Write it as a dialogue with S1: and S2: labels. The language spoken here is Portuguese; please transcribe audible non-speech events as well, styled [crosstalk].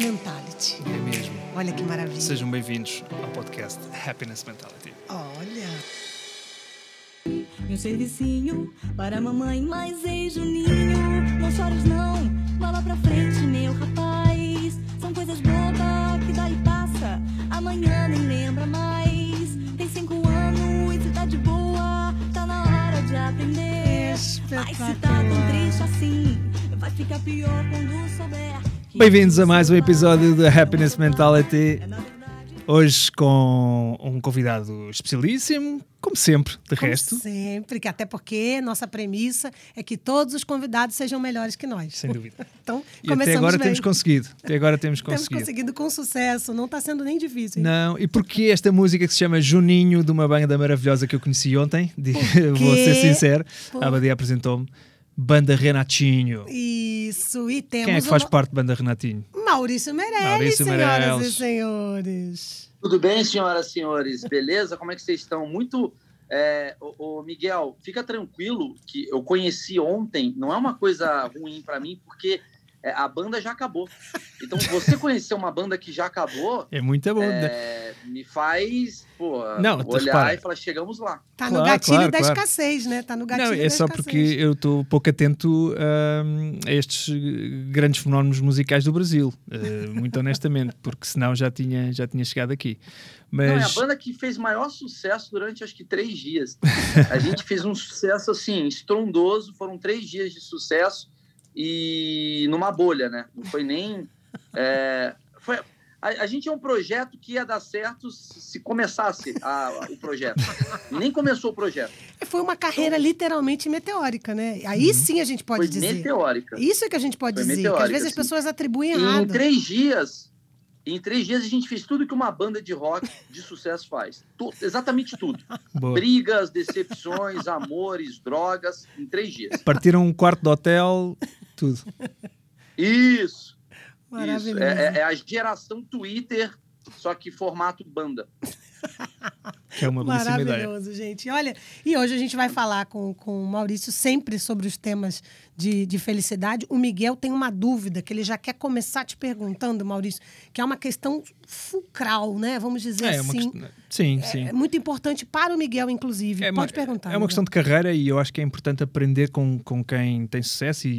S1: noite.
S2: É mesmo.
S1: Olha que maravilha.
S2: Sejam bem-vindos ao podcast Happiness Mentality.
S1: Olha.
S3: E um servicinho para a mamãe, mas ei, Juninho, não chores não, vá lá pra frente, meu rapaz. São coisas bobas que dali passa, amanhã nem lembra mais. Tem cinco anos e tá de boa, tá na hora de aprender. Mas se tá tão triste assim, vai ficar pior quando souber. que
S2: Bem-vindos a mais um episódio do Happiness Mentality.
S3: É na verdade
S2: Hoje com um convidado especialíssimo, como sempre, de
S1: Como
S2: resto.
S1: Sempre, que até porque nossa premissa é que todos os convidados sejam melhores que nós.
S2: Sem dúvida.
S1: [laughs] Então,
S2: E
S1: começamos
S2: até agora
S1: bem.
S2: temos conseguido. Até agora temos
S1: Temos
S2: conseguido.
S1: conseguido com sucesso, não está sendo nem difícil. hein?
S2: Não, e porquê esta música que se chama Juninho, de uma banda maravilhosa que eu conheci ontem? [laughs] De- Vou ser sincero.
S1: Por-
S2: A Abadia apresentou-me. Banda Renatinho.
S1: Isso, e temos
S2: Quem é que faz
S1: o
S2: parte da Banda Renatinho?
S1: no- Maurício Meirelles,
S2: Maurício
S1: senhoras
S2: Meirelles.
S1: e senhores.
S4: Tudo bem, senhoras e senhores? Beleza? Como é que vocês estão? Muito. É, o, Miguel, fica tranquilo que eu conheci ontem, não é uma coisa ruim pra mim, porque é, a banda já acabou. Então, você conhecer uma banda que já acabou
S2: É muito bom.
S1: Eh,
S2: né?
S4: é, me faz pô,
S2: Não, tu
S4: olhar
S2: repara.
S4: e falar: chegamos lá.
S1: Tá no
S2: Claro,
S1: gatilho
S2: claro,
S1: da
S2: claro.
S1: escassez, né? Tá no gatilho
S2: Não,
S1: da
S2: é só
S1: escassez.
S2: porque eu estou pouco atento hum, a estes eh, grandes fenómenos musicais do Brasil, eh, muito honestamente, [laughs] porque senão já tinha, já tinha chegado aqui.
S4: Não, é a
S2: Mas
S4: banda que fez maior sucesso durante acho que três dias. A gente fez um sucesso assim, estrondoso, foram três dias de sucesso e numa bolha, né? Não foi nem. é, foi- a, a gente é um projeto que ia dar certo se se começasse a- a- o projeto. Nem começou o projeto.
S1: Foi uma carreira literalmente meteórica, né?
S2: Uhum.
S1: Aí sim a gente pode
S4: foi
S1: dizer.
S4: meteórica.
S1: Isso é que a gente pode
S4: Foi
S1: dizer, que às
S4: meteórica,
S1: vezes as
S4: sim.
S1: pessoas atribuem
S4: E em
S1: errado.
S4: três dias. Em três dias a gente fez tudo que uma banda de rock de sucesso faz. Tu- exatamente tudo.
S2: boa.
S4: Brigas, decepções, amores, drogas, em três dias.
S2: partiram um quarto de hotel, tudo.
S4: Isso, isso.
S1: Maravilhoso.
S4: É, é- é a geração Twitter, só que formato banda.
S2: Que é uma belíssima ideia.
S1: Maravilhoso, gente. Olha, e hoje a gente vai falar com, com o Maurício sempre sobre os temas de, de felicidade. O Miguel tem uma dúvida que ele já quer começar te perguntando, Maurício, que é uma questão fulcral, né? Vamos dizer
S2: É, é uma
S1: assim.
S2: questão... Sim, sim.
S1: É muito importante para o Miguel, inclusive.
S2: É uma-
S1: Pode perguntar.
S2: É uma
S1: Miguel.
S2: questão de carreira e eu acho que é importante aprender com, com quem tem sucesso e,